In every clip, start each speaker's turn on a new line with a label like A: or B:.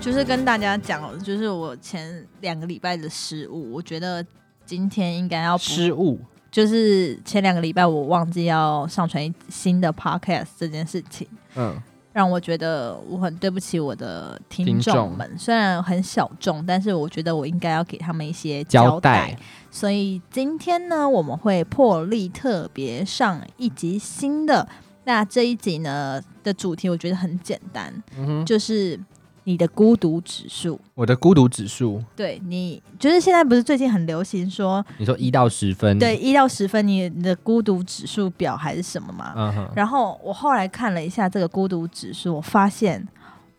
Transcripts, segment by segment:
A: 就是跟大家讲哦，就是我前两个礼拜的失误，我觉得今天应该要补
B: 失误，
A: 就是前两个礼拜我忘记要上传一新的 podcast 这件事情，
B: 嗯，
A: 让我觉得我很对不起我的听
B: 听
A: 众
B: 众
A: 们。虽然很小众，但是我觉得我应该要给他们一些
B: 交
A: 代
B: 代。
A: 所以今天呢，我们会破例特别上一集新的。那这一集呢的主题我觉得很简单，
B: 嗯哼，
A: 就是你的孤独指数。
B: 我的孤独指数，
A: 对你，就是现在不是最近很流行说，
B: 你说一到十分，
A: 对，一到十分，你的孤独指数表还是什么吗？
B: 嗯哼，
A: 然后我后来看了一下这个孤独指数，我发现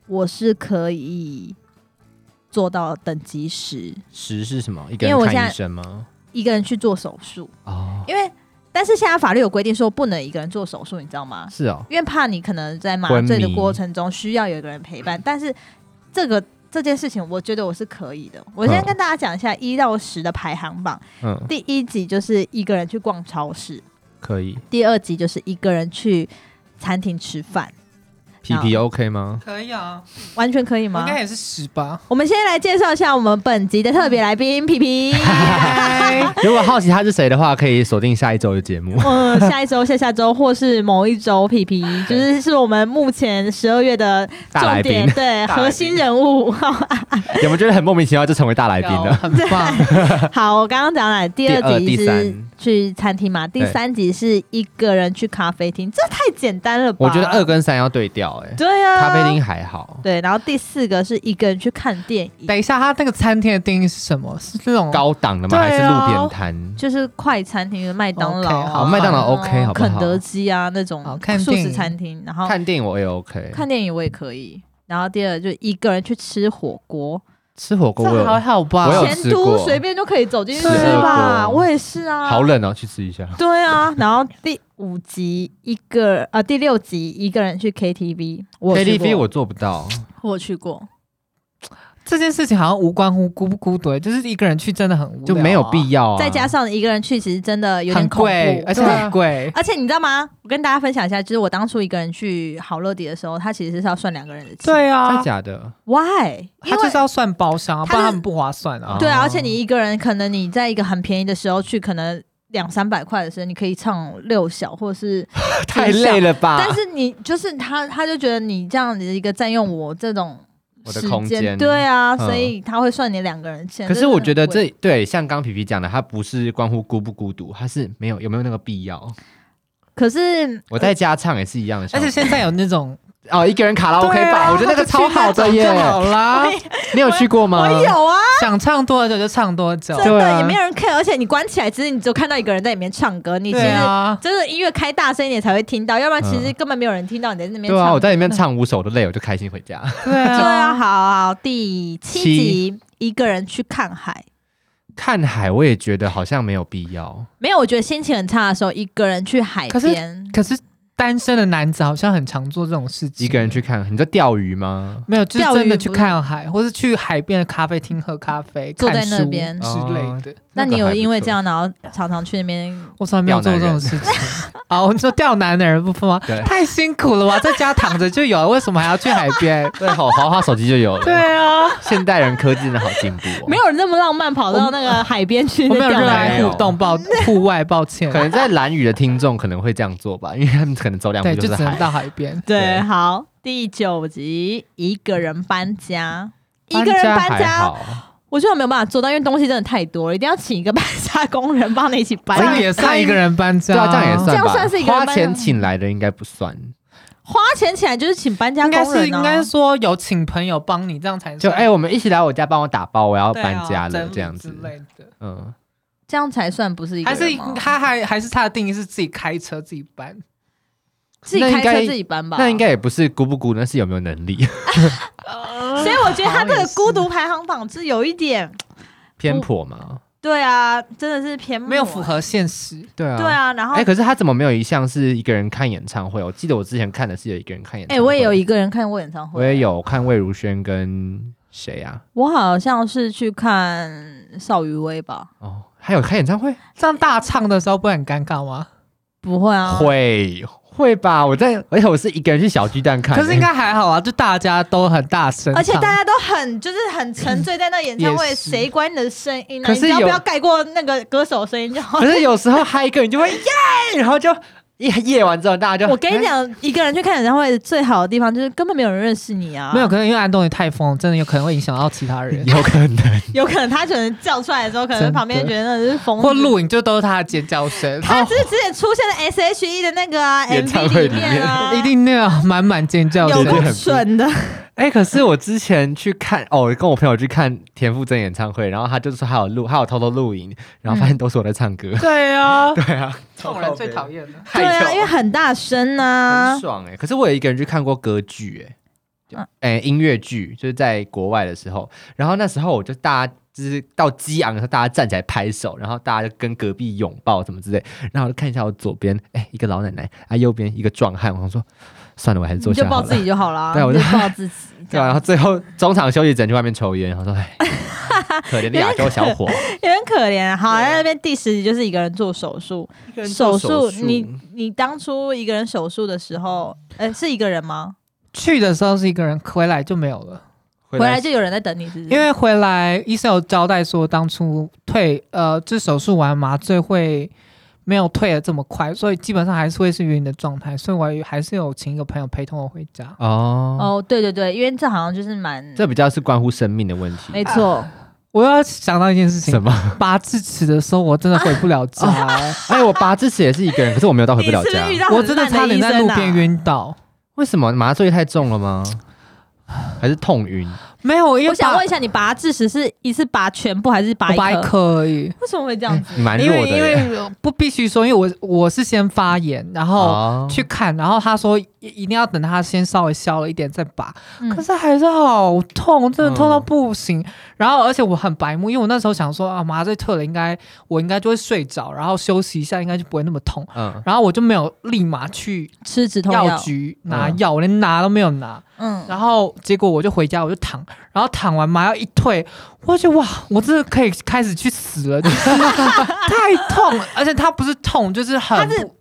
A: 我是可以做到等级十，
B: 十是什么？一个
A: 因为我
B: 人
A: 现
B: 看
A: 在
B: 医生吗？
A: 一个人去做手术，
B: 哦，
A: 因为但是现在法律有规定说不能一个人做手术，你知道吗？
B: 是哦，
A: 因为怕你可能在麻
B: 昏
A: 醉的
B: 迷
A: 过程中需要有一个人陪伴，但是这个这件事情，我觉得我是可以的。我先
B: 嗯
A: 跟大家讲一下一到十的排行榜，
B: 嗯，
A: 第一集就是一个人去逛超市，
B: 可以。
A: 第二集就是一个人去餐厅吃饭，
B: P P OK 吗？
C: 可以啊，
A: 完全可以
C: 我
A: 吗
C: 应？该也是十吧。
A: 我们先来介绍一下我们本集的特别来宾皮 皮。
B: 如果好奇他是谁的话，可以锁定下一周的节 目。
A: 呃，下一周、下下周或是某一周，皮皮就是是我们目前十二月的
B: 大
A: 重
B: 来
A: 点，
B: 宾
A: 对
C: 大来宾
A: 核心人物。 好
B: 有没有觉得很莫名其妙就成为大来宾了？
C: 很棒，
A: 好，我刚刚讲了，第二集
B: 第二第
A: 是
B: 三
A: 去餐厅嘛，第
B: 对
A: 三集是一个人去咖啡厅，这太简单了吧？
B: 我觉得二跟三要对调，哎，
A: 对啊，
B: 咖啡厅还好，
A: 对，然后第四个是一个人去看电影，
C: 等一下，他那个餐厅的定义是什么？是那种
B: 高档的吗？
C: 对啊
B: 还是路边摊？
A: 就是快餐厅，麦当劳
C: OK，
A: 啊、
C: 好麦
B: 当
A: 然
B: 劳
A: 后
B: OK，好不好
A: 肯德基啊那种
C: 好看
A: 素
C: 电
A: 食
C: 影
A: 餐厅，然后
B: 看电影我也 OK，
A: 看电影我也可以。然后第二就一个人去吃火锅，
B: 吃火锅我
C: 这还
B: 有，
C: 好吧？
B: 我有
A: 前
B: 吃
A: 都
B: 过
A: 随便就可以走进去
C: 吃
A: 吃吧，
B: 火锅
A: 我也是啊。
B: 好冷哦，去吃一下。
A: 对啊，然后第五集一个呃第六集一个人去 KTV，我有去
B: KTV
A: 过
B: 我做不到，
A: 我有去过，
C: 这件事情好像无关乎孤不孤独，欸就是一个人去真的很无聊啊
B: 就没有必要啊。
A: 再加上一个人去，其实真的有点
C: 很
A: 恐怖
C: 贵，，而且
A: 对
C: 很贵。
A: 而且你知道吗？我跟大家分享一下，就是我当初一个人去好乐迪的时候，他其实是要算两个人的钱。
C: 对
B: 真
C: 啊
B: 的，假的，
A: ，Why？因
C: 他就是
A: 为
C: 要算包厢啊，
A: 他是
C: 不然他们不划算
B: 哦。
C: 啊
A: 对啊，而且你一个人，可能你在一个很便宜的时候去，可能两三百块的时候，你可以唱六小或是
B: 太累了吧？
A: 但是你就是他，他就觉得你这样子一个占用我这种
B: 我
A: 时
B: 的
A: 间，
B: 空间
A: 对啊，
B: 嗯
A: 所以他会算你两个人钱。
B: 可是
A: 真的
B: 我
A: 很
B: 觉得
A: 贵
B: 这对像刚皮皮讲的，它不是关乎孤不孤独，它是没有有没有那个必要。
A: 可是
B: 我在家唱也是一样的想
C: 而
B: 法，
C: 且现在有那种
B: 哦，一个人卡拉 OK
C: 对啊
B: 吧，我觉得那个超好的耶
C: 就。好 啦，
B: 你有去过
A: 我
B: 吗？
A: 有啊，
C: 想唱多久就唱多久。
A: 真
B: 对
A: 的
B: 啊
A: 也没有人 care，而且你关起来，只是你只有看到一个人在里面唱歌，你其
C: 对
A: 实
C: 啊，
A: 真的音乐开大声一点才会听到，要不然其实
B: 嗯
A: 根本没有人听到你在那边唱。嗯
B: 对啊，我在里面唱五首都累，我就开心回家。
C: 对
A: 对啊，
C: 啊，
A: 好好，第七
B: 七
A: 集一个人去看海，
B: 看海我也觉得好像没有必要，
A: 没有，我觉得心情很差的时候，一个人去海
C: 可是
A: 边。
C: 可是单身的男子好像很常做这种事情，
B: 一个人去看，你说钓鱼吗？
C: 没有，就是
A: 钓鱼
C: 真的去
A: 不
C: 看海，或是去海边的咖啡厅喝咖啡，
A: 坐
C: 看
A: 在那
C: 书
A: 边
C: 之
B: 哦
C: 类的。
A: 那你
B: 个
A: 有
B: 还不
A: 因为
B: 错
A: 这样，然后常常去那边？
C: 我从来没有做过这种事情。 啊，我们说钓男人的部分吗？
B: 对
C: 太辛苦了吧，在家躺着就有了，为什么还要去海
B: ？
C: 边
B: 对，好，滑滑手机就有了。
C: 对，啊，
B: 现代人科技真的好进步哦。
A: 没有人那么浪漫，跑到那个海边去
C: 我
A: 那
C: 没有
A: 钓
C: 热
A: 海。
C: 爱互 动，抱户外，抱歉
B: 可。能在蓝雨的听众可能会这样做吧，因为他们可能走两步
C: 对，就
B: 就是
C: 只能
B: 海。
C: 到海边。
A: 对，
B: 对
A: 好，第九集一个人搬家，一
B: 搬
A: 个人
B: 家
A: 搬
B: 还
A: 家，
B: 好，
A: 我觉得我没有办法做到，因为东西真的太多了，一定要请一个搬家工人帮你一起搬。
C: 这样也算一个人搬家，
B: 对啊，这样也算吧。
A: 这样算是一个人搬
B: 花
A: 家
B: 钱请来的应该不算，
A: 花钱起来就是请搬家
C: 应
A: 工人、
C: 该
A: 啊，
C: 是应该说有请朋友帮你，这样才算
B: 就哎、我们一起来我家帮我打包，我要
C: 对啊
B: 搬家了、
C: 整理
B: 这样子
C: 之。类的。
B: 嗯，
A: 这样才算不是一个
C: 还是
A: 人吗
C: 他还还是他的定义是自己开车自己搬，
A: 自己
B: 那应
A: 开车
B: 该
A: 自己搬吧？
B: 那应。该也不是孤不孤，那是有没有能力
A: 所以我觉得他这个孤独排行榜是有一点，
B: 偏颇嘛？
A: 对啊，真的是偏
C: 没有符
A: 合。
C: 合现实。
B: 对啊，
A: 对。啊，然后
B: 哎、可是他怎么没有一项是一个人看演唱会？我记得我之前看的是有一个人看演唱
A: 哎、
B: 会。
A: 我也有，一个人看过演唱会，
B: 我也。有看魏如萱跟谁啊？
A: 我好像是去看邵雨薇吧？
B: 哦，还有开演唱会？
C: 这样大唱的时候不会很尴尬吗？
A: 不会啊，
B: 会会吧？我在，而且我是一个人去小巨蛋看、
C: 可是应该还好啊，就大家都很大声，
A: 而且大。家都很就是很沉醉在那演唱会，
C: 也是
A: 谁管你的声音呢？
B: 可
A: 你
B: 是
A: 只要不
B: 有
A: 要盖过那个歌手声音就好
B: 可。是有时候嗨一个人就会耶，然后就一夜完之后大家就，
A: 我跟你，讲，一个人去看演唱会最好的地方就是根本没有人认识你啊，
C: 没有，可能因为安东尼太疯，真的有可能会影响到其他人
A: 嗯
B: 有可能
A: 有可能他可能叫出来的时候，可能
C: 真的
A: 旁边觉得那是疯子
C: 或录影就都是他的尖叫声，
A: 他就是之前出现在 S H E 的那个啊
B: 演
A: MV
B: 唱会
A: 里
B: 里面
A: 面啊，
C: 哦一定那样满满尖叫
A: 有
C: 声
B: 对对
A: 够
B: 对很
A: 蠢的。
B: 哎、可是我之前去看哦，跟我朋友去看田馥甄演唱会，然后他就说他有录，他有偷偷录影，然后发现都是我在唱 歌，
C: 对啊，
B: 对啊，
C: 这种人最讨厌了。
A: 对
B: 害
A: 啊，
B: 羞
A: 因为很大声啊
B: 很。爽哎、可是我有一个人去看过歌剧哎、就
A: 嗯
B: 哎、音乐剧，就是在国外的时候，然后那时候我就大家。就是到激昂的时候，大家站起来拍手，然后大家就跟隔壁拥抱什么之类。然后我就看一下我左边，哎、一个老奶奶，啊，右边一个壮汉。我想说，算了，我还是
A: 你
B: 坐
A: 就
B: 下好
A: 抱
B: 了
A: 自。己就好啦，
B: 对我
A: 你
B: 就
A: 就抱自己。这
B: 对啊，然
A: 样
B: 后最后中场休息，整去外面抽烟。他说：“ 哎，可怜的亚洲小伙，
A: 有点可怜啊。好，在那边第十集就是一个人做手术，手术，你你当初一个人手术的时候，呃，是一个人吗？
C: 去的时候是一个人，回来就没有了。
B: 回
A: 回来就有人在等你，是不是？
C: 因为回来医生有交代说，当初退呃，这手术完麻醉会没有退的这么快，所以基本上还是会是晕的状态，所以我还是有请一个朋友陪同我回家。
B: 哦，
A: 哦，对对对，因为这好像就是蛮，
B: 这比较是关乎生命的问题。
A: 没错，
C: 我要想到一件事
B: 什
C: 情，
B: 么？
C: 拔智齿的时候我真的回不了 家、
A: 哦
B: 哎，我拔智齿也是一个人，可是我没有到回不了
A: 你是
B: 家
A: 不是遇。到
C: 我
A: 很
C: 真的
A: 烂
C: 差点
A: 医
C: 在
A: 生
C: 路
A: 啊
C: 边晕倒。
B: 为什么麻醉太重了吗？还是痛晕？
C: 没有，因为
A: 我想
C: 拔
A: 问一下，你拔智齿是一次拔全部还是拔
C: 我拔
A: 一
C: 一
A: 颗？
C: 颗而已。
A: 为什么会这样子？
B: 你蛮
C: 因
B: 弱
C: 为
B: 的耶。
C: 因为不必须说，因为我我是先发炎，然后
B: 哦，
C: 去看，然后他说一一定要等他先稍微消了一点再拔，
A: 嗯
C: 可是还是好痛，真的痛到
B: 嗯
C: 不行。然后而且我很白目，因为我那时候想说啊，麻醉退了，应该我应该就会睡着，然后休息一下，应该就不会那么痛。
B: 嗯，
C: 然后我就没有立马去
A: 吃止痛
C: 药
A: 药？
C: 局拿
B: 嗯
C: 药，我连拿都没有拿。
A: 嗯，
C: 然后结果我就回家，我就躺，然后躺完麻药一退，我就觉得哇，我真的可以开始去死了，就是 太痛了，而且它不是痛，就是很
A: 它是
C: 不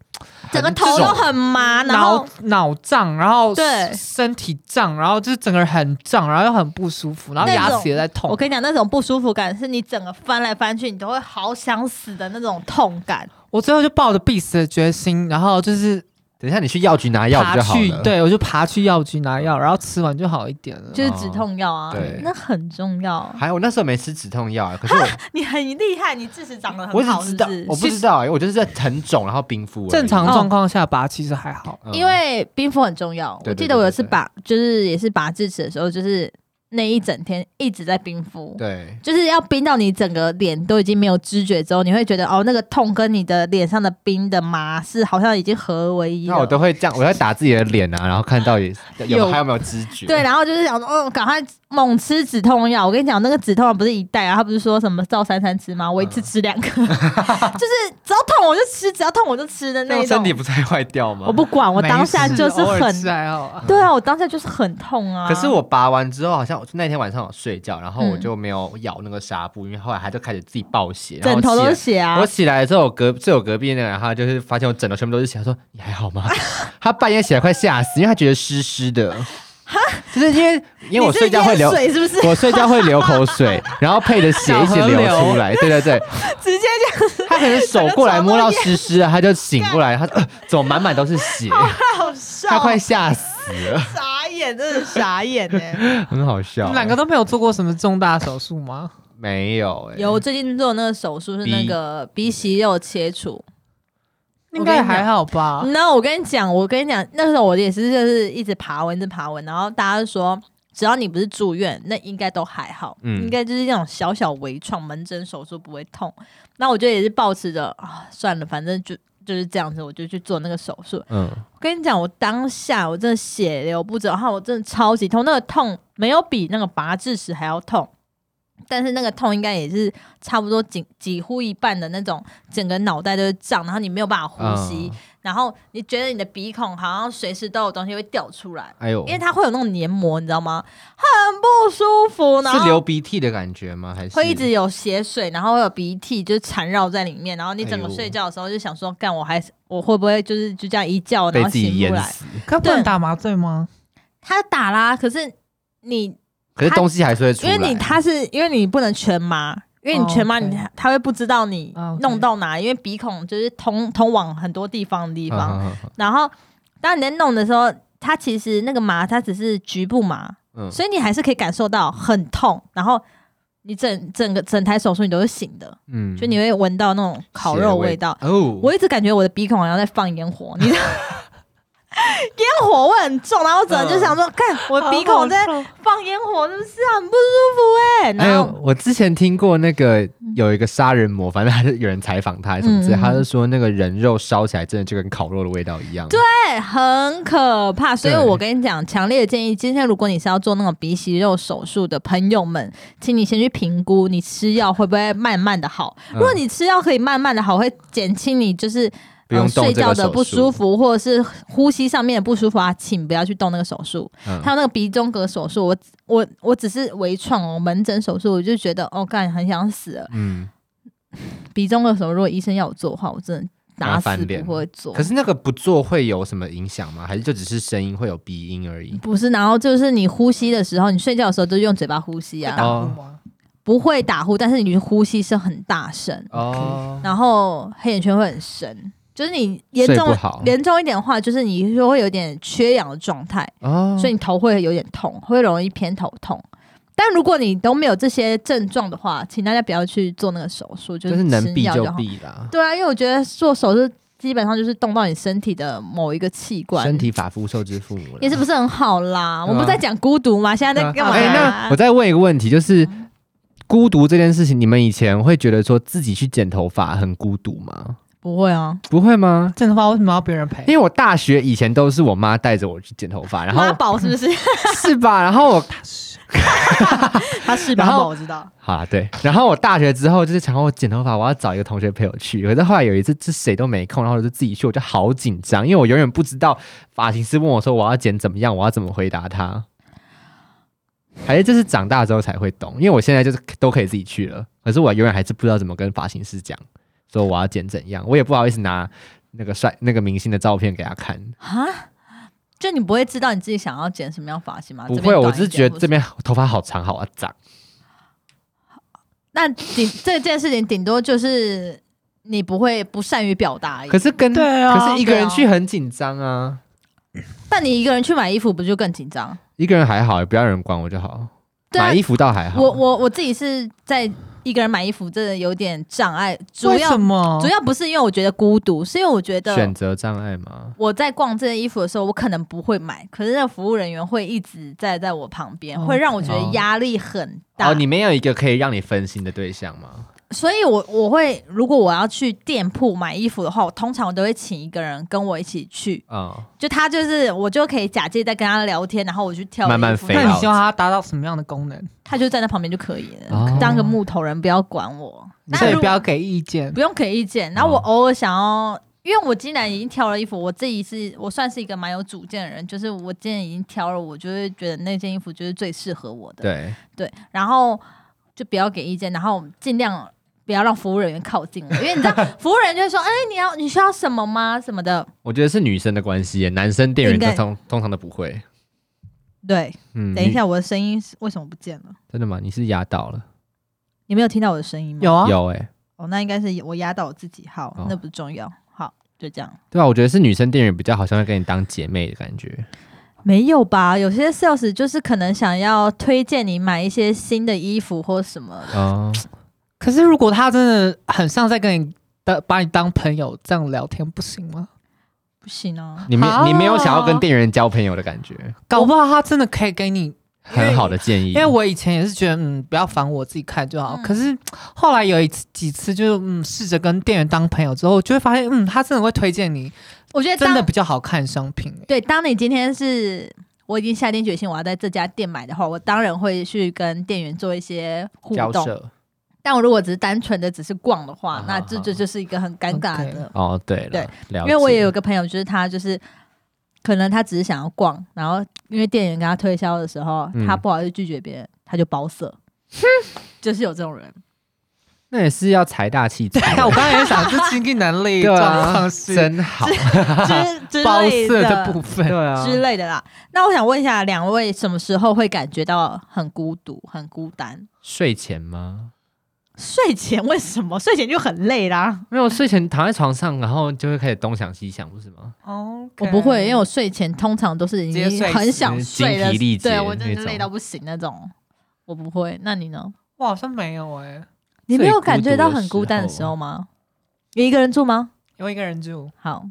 A: 整个
B: 很
A: 头都
B: 肿
A: 很麻，然
C: 脑
A: 后
C: 脑胀，然后
A: 对
C: 身体胀，然后就是整个人很胀，然后又很不舒服，然后
A: 那
C: 牙
A: 种
C: 齿也在痛
A: 我。跟你讲，那种不舒服感是你整个翻来翻去，你都会好想死的那种痛感。
C: 我最后就抱着必死的决心，然后就是
B: 等一下你去药局拿药
C: 爬
B: 不就好
C: 去，
B: 了。，
C: 对我就爬去药局拿药，然后吃完就好一点了。
A: 就是止痛药啊，
B: 对
A: 那很重要。
B: 还有我那时候没吃止痛药啊，可是我
A: 你很厉害，你智齿长得
B: 我
A: 很好，
B: 只
A: 是
B: 知道
A: 不是
B: 我？不知道哎，我就是在很肿，然后冰敷而已。
C: 正常
A: 哦
C: 状况下拔其实还好，
B: 嗯，
A: 因为冰敷很重要。
B: 对
A: 我
B: 对
A: 记得我有一次
B: 对对对
A: 拔，就是也是拔智齿的时候，就是那一整天一直在冰敷。
B: 对
A: 就是要冰到你整个脸都已经没有知觉之后，你会觉得哦，那个痛跟你的脸上的冰的麻是好像已经合为一
B: 那我
A: 了。
B: 都会这样，我要打自己的脸啊，然后看到底有
C: 有
B: 还有没有知觉。
A: 对，然后就是想说，哦，赶快猛吃止痛药。我跟你讲，那个止痛药不是一袋啊，他不是说什么照三餐吃吗？我一次吃两
B: 嗯
A: 颗， 就是只要痛我就吃，只要痛我就吃的
B: 这
A: 那
B: 样
A: 一种
B: 身体。不是会坏掉吗？
A: 我不管，我当下就是
C: 没事偶尔
A: 很
C: 吃还好啊。
A: 对啊，我当下就是很痛啊。
B: 可是我拔完之后，好像我那天晚上有睡觉，然后我
A: 嗯
B: 就没有咬那个纱布，因为后来他就开始自己爆血，然后
A: 枕
B: 我
A: 头
B: 起
A: 都
B: 来
A: 是血啊
B: 我，起来之后，我隔最有隔壁那个人，他就是发现我枕头全部都是血，他说 你还好吗？他半夜起来快吓死，因为他觉得湿湿的，就是因为因为我
A: 你是
B: 睡觉会流
A: 淹。水，是不是？
B: 我睡觉会流 口水，然后配着血一起流出来，对对对，
A: 直接
B: 他可能手过来摸到湿湿的，他就醒过来，他说、呃、怎么满满都是血，
A: 就好笑，
B: 他快吓死了，
A: 傻眼，真的傻眼欸呢、
B: 很好
C: 你
B: 笑。
C: 们两个都没有做过什么重大手术吗？
B: 没有、欸，
A: 有，我最近做那个手术是那
B: 鼻
A: 个鼻息肉切除。
C: 应该还好吧？
A: 那我跟你讲，我跟你讲，那时候我也是就是一直爬文，一直爬文，然后大家就说，只要你不是住院，那应该都还好，
B: 嗯
A: 应该就是那种小小微创门诊手术不会痛。那我觉得也是抱持着啊，算了，反正就就是这样子，我就去做那个手术。
B: 嗯，
A: 我跟你讲，我当下我真的血流不止，然后我真的超级痛，那个痛没有比那个拔智齿还要痛，但是那个痛应该也是差不多几几乎一半的那种，整个脑袋都是胀，然后你没有办法呼吸，
B: 嗯
A: 然后你觉得你的鼻孔好像随时都有东西会掉出来，
B: 哎呦，
A: 因为它会有那种黏膜，你知道吗？很不舒服，然
B: 是
A: 后
B: 流鼻涕的感觉吗？还是
A: 会一直有血水，然后会有鼻涕，就是缠绕在里面，然后你整个
B: 哎呦
A: 睡觉的时候就想说，干我还我会不会就是就这样一叫然
B: 被
A: 后
B: 自己
A: 醒
B: 淹
A: 不来？
B: 死。
C: 可不能打麻醉吗？
A: 他打啦，可是你
B: 可是东西还是会出
A: 因
B: 来，
A: 为你他是因为你不能全麻，因为你全麻
C: 哦
A: 你、
C: ，OK
A: 他会不知道你
C: 哦，OK
A: 弄到哪因为鼻孔就是通通往很多地方的地
B: 地
A: 方。，然后当你在弄的时候，它其实那个麻它只是局部麻，
B: 嗯
A: 所以你还是可以感受到很痛，然后。你整整个整台手术你都是醒的，
B: 嗯
A: 就你会闻到那种烤
B: 血
A: 肉味道。
B: 哦，
A: 我一直感觉我的鼻孔好像在放烟火，你知道 烟火味很重，然后我整
C: 嗯
A: 个就想说，看我的 鼻孔在放烟火，是不是很不舒服哎、
B: 还
A: 然
B: 有
A: 后，
B: 我之前听过那个有一个杀人魔，反正还是有人采访他还是什么之
A: 嗯
B: 类，
A: 嗯嗯
B: 他就说那个人肉烧起来真的就跟烤肉的味道一样。对，
A: 对，啊哎很可怕。所以
B: 对
A: 我跟你讲，强烈的建议，今天如果你是要做那种鼻息肉手术的朋友们，请你先去评估你吃药会不会慢慢的好。
B: 嗯
A: 如果你吃药可以慢慢的好，会减轻你就是。
B: 不用
A: 呃
B: 动
A: 睡
B: 这
A: 觉
B: 个
A: 的
B: 手
A: 不
B: 术
A: 舒服，或者是呼吸上面的不舒服啊，请不要去动那个手术。
B: 嗯
A: 还有那个鼻中隔手术，我我我只是微创哦，门诊手术，我就觉得哦，干很想死了。
B: 嗯，
A: 鼻中隔手术，如果医生要我做的话，我真的打
B: 麻
A: 死
B: 烦脸
A: 不会做。
B: 可是那个不做会有什么影响吗？还是就只是声音会有鼻音而已？
A: 不是，然后就是你呼吸的时候，你睡觉的时候就用嘴巴呼吸
C: 会
A: 啊，
C: 打呼
B: 哦
C: 吗？
A: 不会打呼，但是你呼吸声很大声，
B: 哦，
A: 然后黑眼圈会很深，就是你嗯严重
B: 睡不好
A: 严重一点的话，就是你就会有点缺氧的状态。
B: 哦，
A: 所以你头会有点痛，会容易偏头痛。但如果你都没有这些症状的话，请大家不要去做那个手术，就
B: 就是能
A: 吃
B: 避
A: 药
B: 就
A: 好。
B: 避啦。
A: 对啊，因为我觉得做手术基本上就是动到你身体的某一个器官，
B: 身体发肤受之父母啦
A: 也是不是很好啦？我们不
B: 对
A: 是在
B: 啊
A: 讲孤独吗？现在在干嘛、啊
B: 哎、那我再问一个问题，就是孤独这件事情，你们以前会觉得说自己去剪头发很孤独吗？
A: 不会啊，
B: 不会吗？
C: 这种话为什么要别人陪
B: 因？为我大学以前都是我妈带着我去剪头发，然后
A: 妈宝是不 是？
B: 是吧？然后我
A: 他是
B: 然
A: 妈
B: 后
A: 宝，我知道。
B: 好啦，对，然后我大学之后就是想说我剪头发，我要找一个同学陪我去。可是后来有一次，是谁都没空，然后我就自己去，我就好紧张，因为我永远不知道发型师问我说我要剪怎么样，我要怎么回答他。还是这是长大之后才会懂，因为我现在就是都可以自己去了，可是我永远还是不知道怎么跟发型师讲，说我要剪怎样，我也不好意思拿那个帅那个明星的照片给他看。
A: 啊，就你不会知道你自己想要剪什么样发型吗？
B: 不
A: 这
B: 会，
A: 边
B: 我
A: 短一
B: 只是
A: 点或
B: 觉得
A: 者
B: 这边头发好长，好啊长。
A: 那顶这件事情顶多就是你不会不善于表达而已。
B: 可是跟
C: 对啊
B: 可是一个人
A: 对啊
B: 去很紧张啊。
A: 但你一个人去买衣服，不就更紧张？
B: 一个人还好，不要有人管我就好。
A: 对啊
B: 买衣服倒还好，
A: 我我我自己是在一个人买衣服，真的有点障碍。主
C: 为
A: 要
C: 什么？
A: 主要不是因为我觉得孤独，是因为我觉
B: 选
A: 得
B: 择障碍嘛。
A: 我在逛这件衣服的时候，我可能不会买，可是那服务人员会一直在在我旁边，
C: 哦
A: 会让我觉得压力很大。
B: 哦，你没有一个可以让你分心的对象吗？
A: 所以我我会如果我要去店铺买衣服的话，我通常我都会请一个人跟我一起去，
B: 啊、
A: 就他就是我就可以假借在跟他聊天，然后我去挑
B: 慢慢
A: 衣服
B: 飞
C: 那你
B: 了
C: 希望它达到什么样的功能？
A: 他就站在旁边就可以了，
B: 哦
A: 当个木头人，不要管我。那
C: 所以
A: 如
C: 不要给意见。
A: 不用给意见。然后我
B: 哦
A: 偶尔想要，因为我既然已经挑了衣服，我自己是我算是一个蛮有主见的人，就是我既然已经挑了，我就会觉得那件衣服就是最适合我的。
B: 对，
A: 对然后就不要给意见，然后尽量不要让服务人员靠近我，因为你知道服务人员就会说：“哎，你要你需要什么吗？什么的。
B: 我觉得是女生的关系耶，男生店员
A: 应该
B: 通通通常都不会。”
A: 对，
B: 嗯，
A: 等一
B: 你，
A: 下，我的声音是为什么不见了？
B: 真的吗？你是压倒了？
A: 你没有听到我的声音吗？
C: 有啊，
B: 有哎、
A: 哦，那应该是我压到我自己。好，
B: 哦
A: 那不重要。好，就这样。
B: 对吧？啊我觉得是女生店员比较好像会跟你当姐妹的感觉。
A: 没有吧？有些 sales 就是可能想要推荐你买一些新的衣服或什么的。
B: 哦，
C: 可是如果他真的很像在跟你当把你当朋友这样聊天，不行吗？
A: 不行啊，
B: 你没
C: 好
B: 你没有想要跟店员交朋友的感觉，
C: 搞不好他真的可以给你，
B: 很好的建议。
C: 因为我以前也是觉得，嗯，不要烦我，自己看就好。
A: 嗯
C: 可是后来有一次几次就，嗯，试着跟店员当朋友之后，就会发现，嗯，他真的会推荐你
A: 我觉得
C: 真
A: 当
C: 的比较好看的商品、欸
A: 对，当你今天是我已经下定决心我要在这家店买的话，我当然会去跟店员做一些互
B: 交
A: 动。
B: 涉
A: 但我如果只是单纯的只是逛的话，
B: 啊
A: 那这这就是一个很尴尬的。
B: 哦，对了，
A: 对
B: 了
A: 因
B: 解，
A: 为我也有个朋友，就是他就是。可能他只是想要逛，然后因为店员跟他推销的时候，
B: 嗯
A: 他不好意思拒绝别人，他就包色，就是有这种人。
B: 那也是要财大气粗，
C: 但我刚才也想，这经济能力
B: 对
C: 状
B: 啊
C: 况，是
B: 真好，
A: 之之
C: 包
A: 类
C: 色
A: 的
C: 的部分
B: 对。啊，
A: 之类的啦。那我想问一下，两位什么时候会感觉到很孤独、很孤单？
B: 睡前吗？
A: 睡前为什么？睡前就很累啦。
B: 没有，睡前躺在床上，然后就会开始东想西想，不是吗？
C: 哦，
A: 我不会，因为我睡前通常都是已
C: 直接睡
A: 经
C: 死
A: 很想睡
B: 精疲力
A: 了，
B: 竭
A: 对我真的
B: 那
A: 是
B: 种
A: 累到不行那种。我不会，那你呢？
C: 我好像没有哎、
A: 你没有感觉到
B: 最
A: 很孤
B: 孤独的时候
A: 单的时候吗？你一个人住吗？
C: 因为一个人住，
A: 好，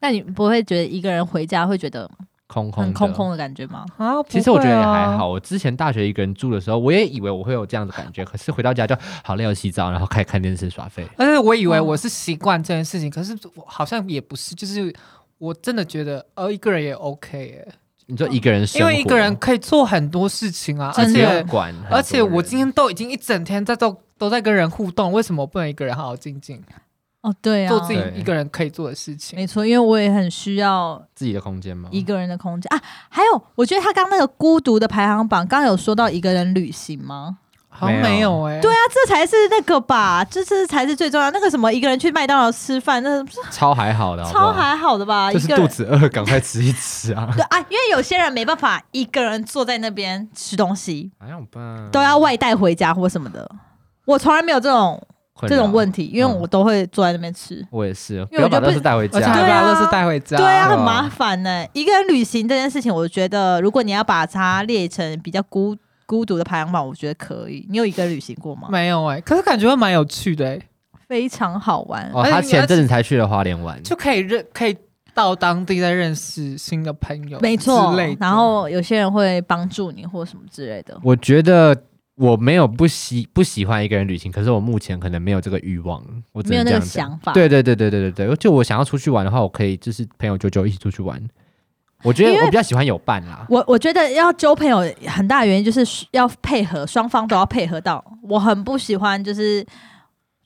A: 那你不会觉得一个人回家会觉得
B: 空空
A: 很
B: 的
A: 空空。的感觉吗？
C: 啊，
B: 其实我觉得也
C: 不会啊
B: 还。好。我之前大学一个人住的时候，我也以为我会有这样的 感觉，可是回到家就好累，要洗澡，然后开始看电视耍废。
C: 而且我以
A: 嗯
C: 为我是习惯这件事情，可是我好像也不是，就是我真的觉得，呃，一个人也 OK 哎、
B: 你
A: 哦
B: 说一个人生
C: 因
B: 活，
C: 为一个人可以做很多事情啊，而
A: 真
B: 不
A: 的
B: 用
C: 且
B: 管很多人，
C: 而且我今天都已经一整天在都都在跟人互动，为什么我不能一个人好好静静、
A: 哦，对啊，
C: 做自己
B: 对
C: 一个人可以做的事情？
A: 没错，因为我也很需要
B: 自己的空间吗？
A: 一个人的空间啊。还有，我觉得他刚那个孤独的排行榜，刚有说到一个人旅行吗？
C: 好像没有哎、
A: 对啊，这才是那个吧，这是才是最重要。那个什么，一个人去麦当劳吃饭，那是
B: 超还好的，好不
A: 超
B: 好
A: 还好的吧？
B: 就
A: 一
B: 是
A: 个
B: 肚
A: 人
B: 子饿，赶快吃一吃啊！
A: 对啊，因为有些人没办法一个人坐在那边吃东西，
B: 还好吧，
A: 都要外带回家或什么的。我从来没有这种
B: 困
A: 这
B: 扰
A: 种问题，因为
B: 嗯
A: 我都会坐在那边吃。
B: 我也是，不
A: 因为
B: 要
A: 我觉
B: 把
A: 得
B: 垃圾带回
C: 而且还
B: 家。
C: 把
A: 对
C: 垃
A: 啊
C: 圾带回家。
A: 对啊，
B: 对啊
A: 很麻烦呢、一个人旅行这件事情，我觉得如果你要把它列成比较孤孤独的排行榜，我觉得可以。你有一个人旅行过吗？
C: 没有哎、可是感觉会蛮有趣的哎、
A: 非常好玩。
B: 哦，
C: 而且
B: 他
C: 你
B: 前
C: 而
B: 阵子才去了花莲玩，
C: 就可以认可以到当地再认识新的朋友，
A: 没错
C: 之类的，
A: 然后有些人会帮助你或什么之类的。
B: 我觉得我没有不喜不喜欢一个人旅行，可是我目前可能没有这个欲望，我只
A: 没有
B: 能
A: 那
B: 这
A: 个
B: 样讲
A: 想法
B: 对对对对对对对，就我想要出去玩的话，我可以就是朋友九九一起出去玩。我觉得
A: 因为
B: 我比较喜欢有伴啦，
A: 我我觉得要交朋友很大原因就是要配合，双方都要配合到。我很不喜欢就是。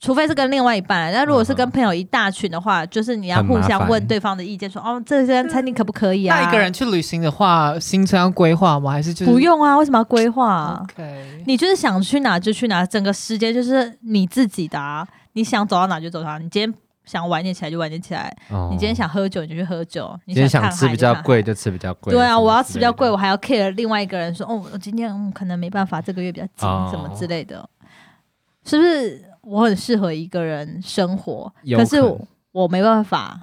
A: 除非是跟另外一半，那如果是跟
B: 嗯
A: 朋友一大群的话，就是你要
B: 很麻
A: 互相
B: 烦
A: 问对方的意见说哦，这间餐厅可不可以啊？
C: 那一个人去旅行的话，行程要规划吗？还是就是
A: 不用啊，为什么要规划、啊？
C: ？OK，
A: 你就是想去哪就去哪，整个世界就是你自己的、啊，你想走到哪就走到哪。你今天想晚一点起来就晚一点起来，
B: 哦
A: 你今天想喝酒你就去喝酒，你
B: 今天
A: 看
B: 想
A: 海
B: 吃比较
A: 就看海
B: 贵就吃比较贵，
A: 对啊，
B: 什么
A: 我要
B: 之
A: 吃比较
B: 类的
A: 贵，我还要 care 另外一个人说，哦，我今天嗯可能没办法，这个月比较紧，
B: 哦
A: 什么之类的，是不是？我很适合一个人生活，
B: 有
A: 可是
B: 可
A: 我我没办法，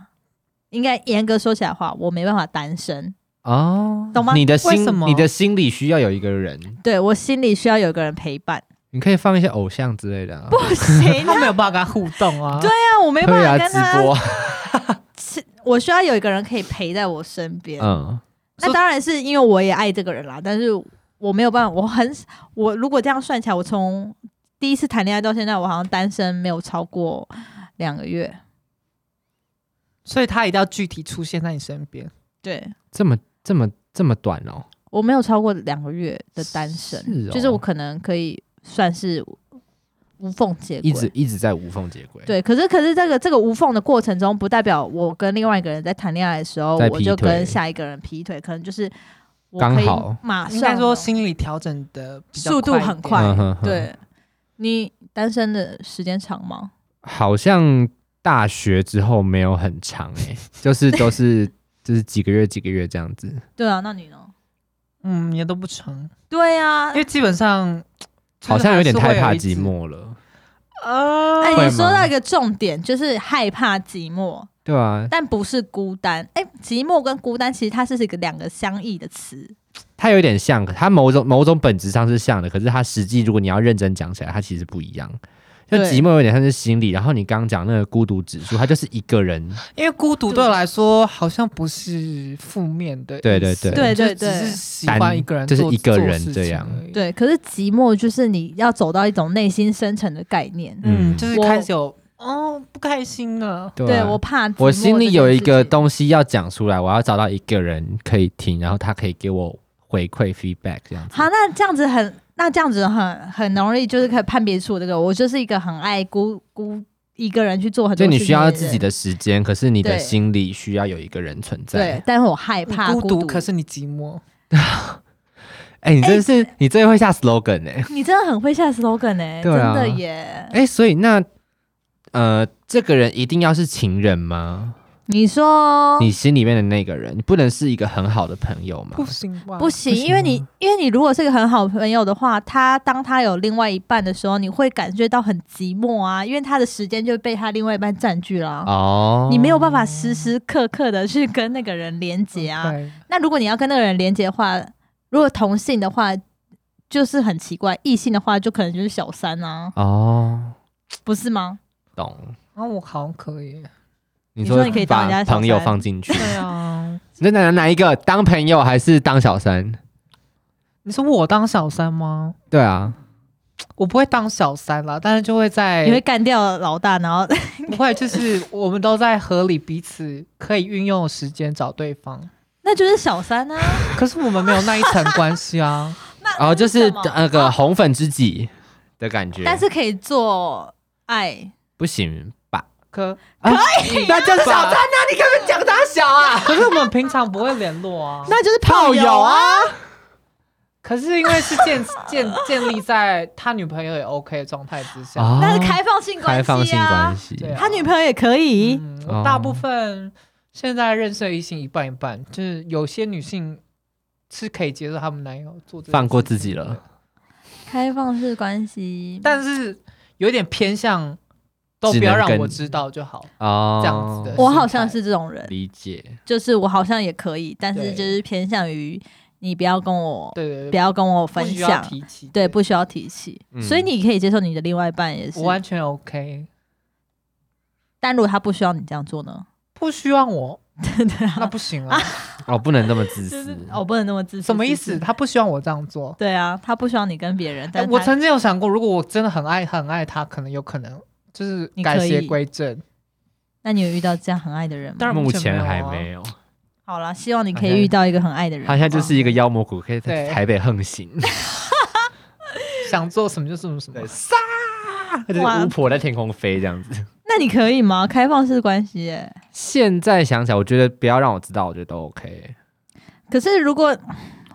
A: 应该严格说起来的话，我没办法单身，
B: 哦，
A: 懂吗
B: 你的
C: 为
B: 心
C: 什么
B: 你的心里需要有一个人，
A: 对我心里需要有个人陪 伴，
B: 你可以放一些偶像之类的啊，
A: 不行
C: 他没有办法跟他互动啊。
A: 对啊，我没办
B: 对
A: 法
B: 啊，
A: 跟
B: 直
A: 他，
B: 播，
A: 我需要有一个人可以陪在我身边。
B: 嗯，
A: 那当然是因为我也爱这个人啦，但是我没有办法，我很我如果这样算起来，我从第一次谈恋爱到现在，我好像单身没有超过两个月。
C: 所以他一定要具体出现在你身边。
A: 对
B: 这么这么这么短哦，
A: 我没有超过两个月的单身，
B: 是哦
A: 就是我可能可以算是无缝接轨
B: 一。直一直在无缝接轨，
A: 对，可是可是这个这个无缝的过程中，不代表我跟另外一个人在谈恋爱的时候，
B: 在
A: 我
B: 劈
A: 就
B: 腿
A: 跟下一个人劈腿，可能就是我
B: 刚
A: 可以
B: 好
A: 马上哦
C: 应该说心理调整的比较
A: 速度
C: 快一
A: 很
C: 点
A: 快
B: 嗯 哼哼
A: 对你单身的时间长吗？
B: 好像大学之后没有很长 哎、就是都是就是几个月几个月这样子。
A: 对啊，那你呢？
C: 嗯，也都不成，
A: 对啊
C: 因，为基本上
B: 好像有点太怕寂。
C: 就是还是会有一直
B: 寞了，
C: 呃，
A: 哎、
B: 会
A: 你说
B: 吗
A: 到一个重点，就是害怕寂寞，
B: 对啊，
A: 但不是孤单。哎、寂寞跟孤单其实它是一个两个相异的词。
B: 它有点像，它某种某种本质上是像的，可是它实际如果你要认真讲起来，它其实不一样。就
A: 对
B: 寂寞有点像是心理，然后你刚刚讲那个孤独指 数，它就是一个人，
C: 因为孤独对我来说好像不是负面的意思，
B: 对对对
A: 对
C: 就
A: 对对
C: 只是喜欢一个人
B: 单就
C: 做，
B: 是一个人
C: 做事
B: 这
C: 情
B: 样
C: 而已。
A: 对，可是寂寞就是你要走到一种内心深层的概念。
B: 嗯
C: 嗯，就是
A: 我
C: 开始有哦不开心了。
B: 对
A: 对
B: 啊
A: 我怕寂寞
B: 我心里有一个
A: 这件事情
B: 东西要讲出来，我要找到一个人可以听，然后他可以给我回馈 feedback 这样子。
A: 好，那这样子很，那这样子很很容易，就是可以判别出我这个我就是一个很爱孤孤一个人去做很多
B: 就
A: 事情
B: 你
A: 人。
B: 需要自己的时间，可是你的
A: 对
B: 心里需要有一个人存
A: 对
B: 在。，
A: 但是我害
C: 你
A: 怕
C: 孤
A: 独，
C: 独，可是你寂寞。
B: 哎、你真的是、你真的会下 slogan 哎、
A: 你真的很会下 slogan 哎、
B: 对啊
A: 真的耶！
B: 哎、所以那呃，这个人一定要是情人吗？
A: 你说
B: 你心里面的那个人，你不能是一个很好的朋友吗
C: 不？行吧？
A: 不行，因为你因为你如果是个很好朋友的话，他当他有另外一半的时候，你会感觉到很寂寞啊，因为他的时间就被他另外一半占据了啊、
B: 哦，
A: 你没有办法时时刻刻的去跟那个人连接
B: 哦
A: 啊。
C: 对
A: 那如果你要跟那个人连接的话，如果同性的话，就是很奇怪；异性的话，就可能就是小三啊，
B: 哦，
A: 不是吗？
B: 懂。
C: 然后啊我好像可以。
B: 你
A: 说你可以当人家
B: 把
A: 小三
B: 朋友放 进去，
C: 对啊，
B: 那哪哪一个当朋友还是当小三？
C: 你说我当小三吗？
B: 对啊，
C: 我不会当小三啦，但是就会
B: 哎
C: 在
A: 你会干掉老大，然后
C: 不会就是我们都在合理彼此可以运用的时间找对方，
A: 那就是小 三啊。
C: 可是我们没有那一层关系啊。
B: 哦，就
A: 那
B: 是
A: 是什么啊
B: 那个红粉知己的感觉，
A: 但是可以做爱，
B: 不行吧？
C: 可
A: 啊
B: 可以，那就是小 三啊！你根本讲他小啊，
C: 可是我们平常不会联络啊。
A: 那就是
B: 炮友啊！
C: 可是因为是建 建建立在他女朋友也 OK 的状态之下，
B: 哦
A: 那是开放性关系、啊，
B: 开放性关系，
C: 对啊
A: 他女朋友也可以，
C: 嗯，
B: 哦
C: 我大部分现在认识的异性一半一半，就是有些女性是可以接受她们男友做这件
B: 放过
C: 事情
B: 自己了
C: 的，
A: 开放式关系。
C: 但是有点偏向，都
B: 只
C: 不要
B: 能
C: 让
B: 跟
C: 我知道就好。
B: 哦，
C: 这样子的
A: 我好像是这种人，
B: 理解。
A: 就是我好像也可以，但是
C: 对
A: 就是偏向于你不要跟我，
C: 对对
A: 不
C: 对，
A: 要跟我
C: 不
A: 分
C: 需要
A: 享，
C: 提起，
A: 对，不需要提起。
B: 嗯
A: 所以你可以接受你的另外一半也是
C: 我，完全 OK，
A: 但如果他不需要你这样做呢？
C: 不需要我，
A: 对
C: 那
A: 啊，
C: 不行 啊。
B: 哦，不能这么自
A: 就是哦
B: 私。
A: 我不能那么自私，
C: 什么意
A: 是
C: 思？
A: 不是？
C: 他不希望我这样做。
A: 对啊，他不需要你跟别人，
C: 哎
A: 但
C: 我
A: 他
C: 曾经有想过，如果我真的很爱很爱他，可能有可能就是
A: 你可
C: 改邪
A: 以
C: 归正。
A: 那你有遇到这样很爱的人哦吗？
C: 当然
B: 目
C: 目前
B: 前还
C: 没
B: 没有，
A: 好啦，希望你可
B: 好像
A: 以遇到一个很爱的人。
B: 他现在就是一个妖魔鬼，可以在
C: 对
B: 台北横行，
C: 想做什么就做什么什么
B: 对，。杀，就是
A: 哇
B: 巫婆在天空飞这样子。
A: 那你可以吗？开放式关系、耶。
B: 现在想起来，我觉得不要让我知道，我觉得都 OK。
A: 可是如果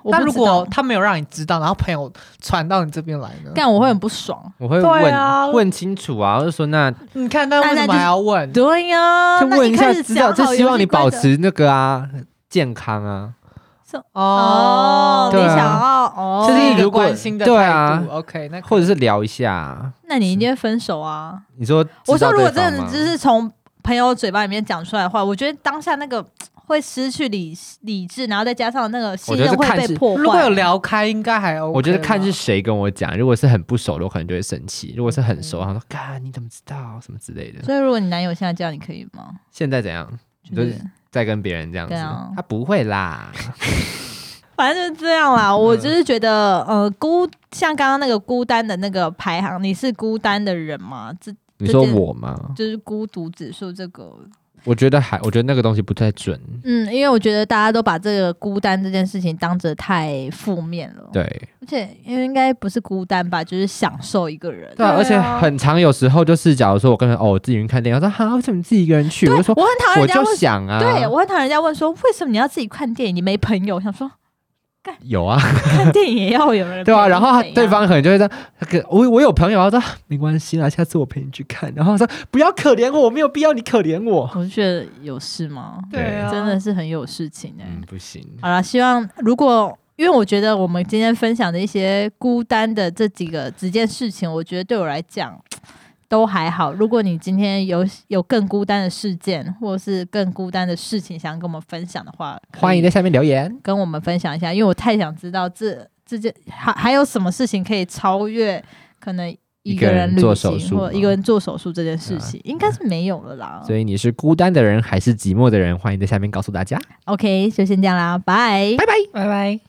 A: 我
C: 但
A: 不
C: 如
A: 知道
C: 果他没有让你知道，然后朋友传到你这边来呢？
A: 干，我会很不爽。
B: 我会
C: 对
B: 问、
C: 啊
B: 问清楚啊，我就说那
C: 你看，那为什么还要问？
A: 对呀、
B: 就
A: 啊那
B: 问一下
A: 开始
B: 知道，
A: 讲好
B: 就希望你
A: 游戏规
B: 保
A: 则
B: 持那个啊健康啊。
A: 哦，你
B: 对啊
A: 想要哦，
C: 这是一
B: 如
C: 个
B: 果
C: 关心的
B: 对
C: 态
B: 啊
C: 度。OK，那
B: 或者是聊一下啊，
A: 那你一定会分手啊！
B: 你说
A: 我说，如果
B: 知道
A: 真
B: 对
A: 的
B: 方吗
A: 只是从朋友嘴巴里面讲出来的话，我觉得当下那个会失去理理智，然后再加上那个信
B: 我觉得
A: 任
B: 是
A: 会
B: 看
A: 被
B: 是
A: 破坏。
C: 如果有聊开，应该还 OK 吧。
B: 我觉得看是谁跟我讲，如果是很不熟的，我可能就会生气；如果是很
A: 嗯
B: 熟，他说“干你怎么知道”什么之类的。
A: 所以如果你男友现在这样，你可以吗？
B: 现在怎样？
A: 就
B: 就是
A: 是
B: 在跟别人这样子
A: 对啊，
B: 他不会 啦。
A: 反正就是这样啦。我就是觉得，呃，孤像刚刚那个孤单的那个排行，你是孤单的人吗？这
B: 你说
A: 这件
B: 我吗？
A: 就是孤独指数这个
B: 我觉得还，我觉得那个东西不太准。
A: 嗯，因为我觉得大家都把这个孤单这件事情当着太负面了，
B: 对，
A: 而且因为应该不是孤单吧，就是享受一个人。
B: 对啊，
C: 对啊
B: 而且很常有时候就是，假如说我跟人哦，我自己一个人看电影，他说哈，为什么你自己一个人去？我就说
A: 我很讨厌
B: 我
A: 人家
B: 就
A: 问，
B: 想啊，
A: 对我很讨厌人家问说，为什么你要自己看电影？你没朋友？我想说
B: 有啊，
A: 看电影也要有人陪，
B: 对啊，然后他
A: 是怎样
B: 对方可能就会说，他可我我有朋友，啊他说没关系啦，下次我陪你去看。然后他说不要可怜我，我没有必要你可怜我。
A: 我就觉得有事吗？
C: 对啊，
A: 真的是很有事情哎、
B: 嗯，不行。
A: 好了，希望如果。因为我觉得我们今天分享的一些孤单的这几个几件事情，我觉得对我来讲都还好。如果你今天有有更孤单的事件，或是更孤单的事情想跟我们分享的话，
B: 欢迎在下面留言。
A: 跟我们分享一下，因为我太想知道这这件还还有什么事情可以超越可能
B: 一
A: 个
B: 个
A: 人
B: 人
A: 旅
B: 做
A: 行
B: 手术
A: 或
B: 吗
A: 一个人做手术这件
B: 对
A: 事
B: 啊
A: 情，应该是没有了啦
B: 所。以你是孤单的人还是寂寞的人？欢迎在下面告诉大家。
A: OK，就先这样啦，拜。
C: 拜拜。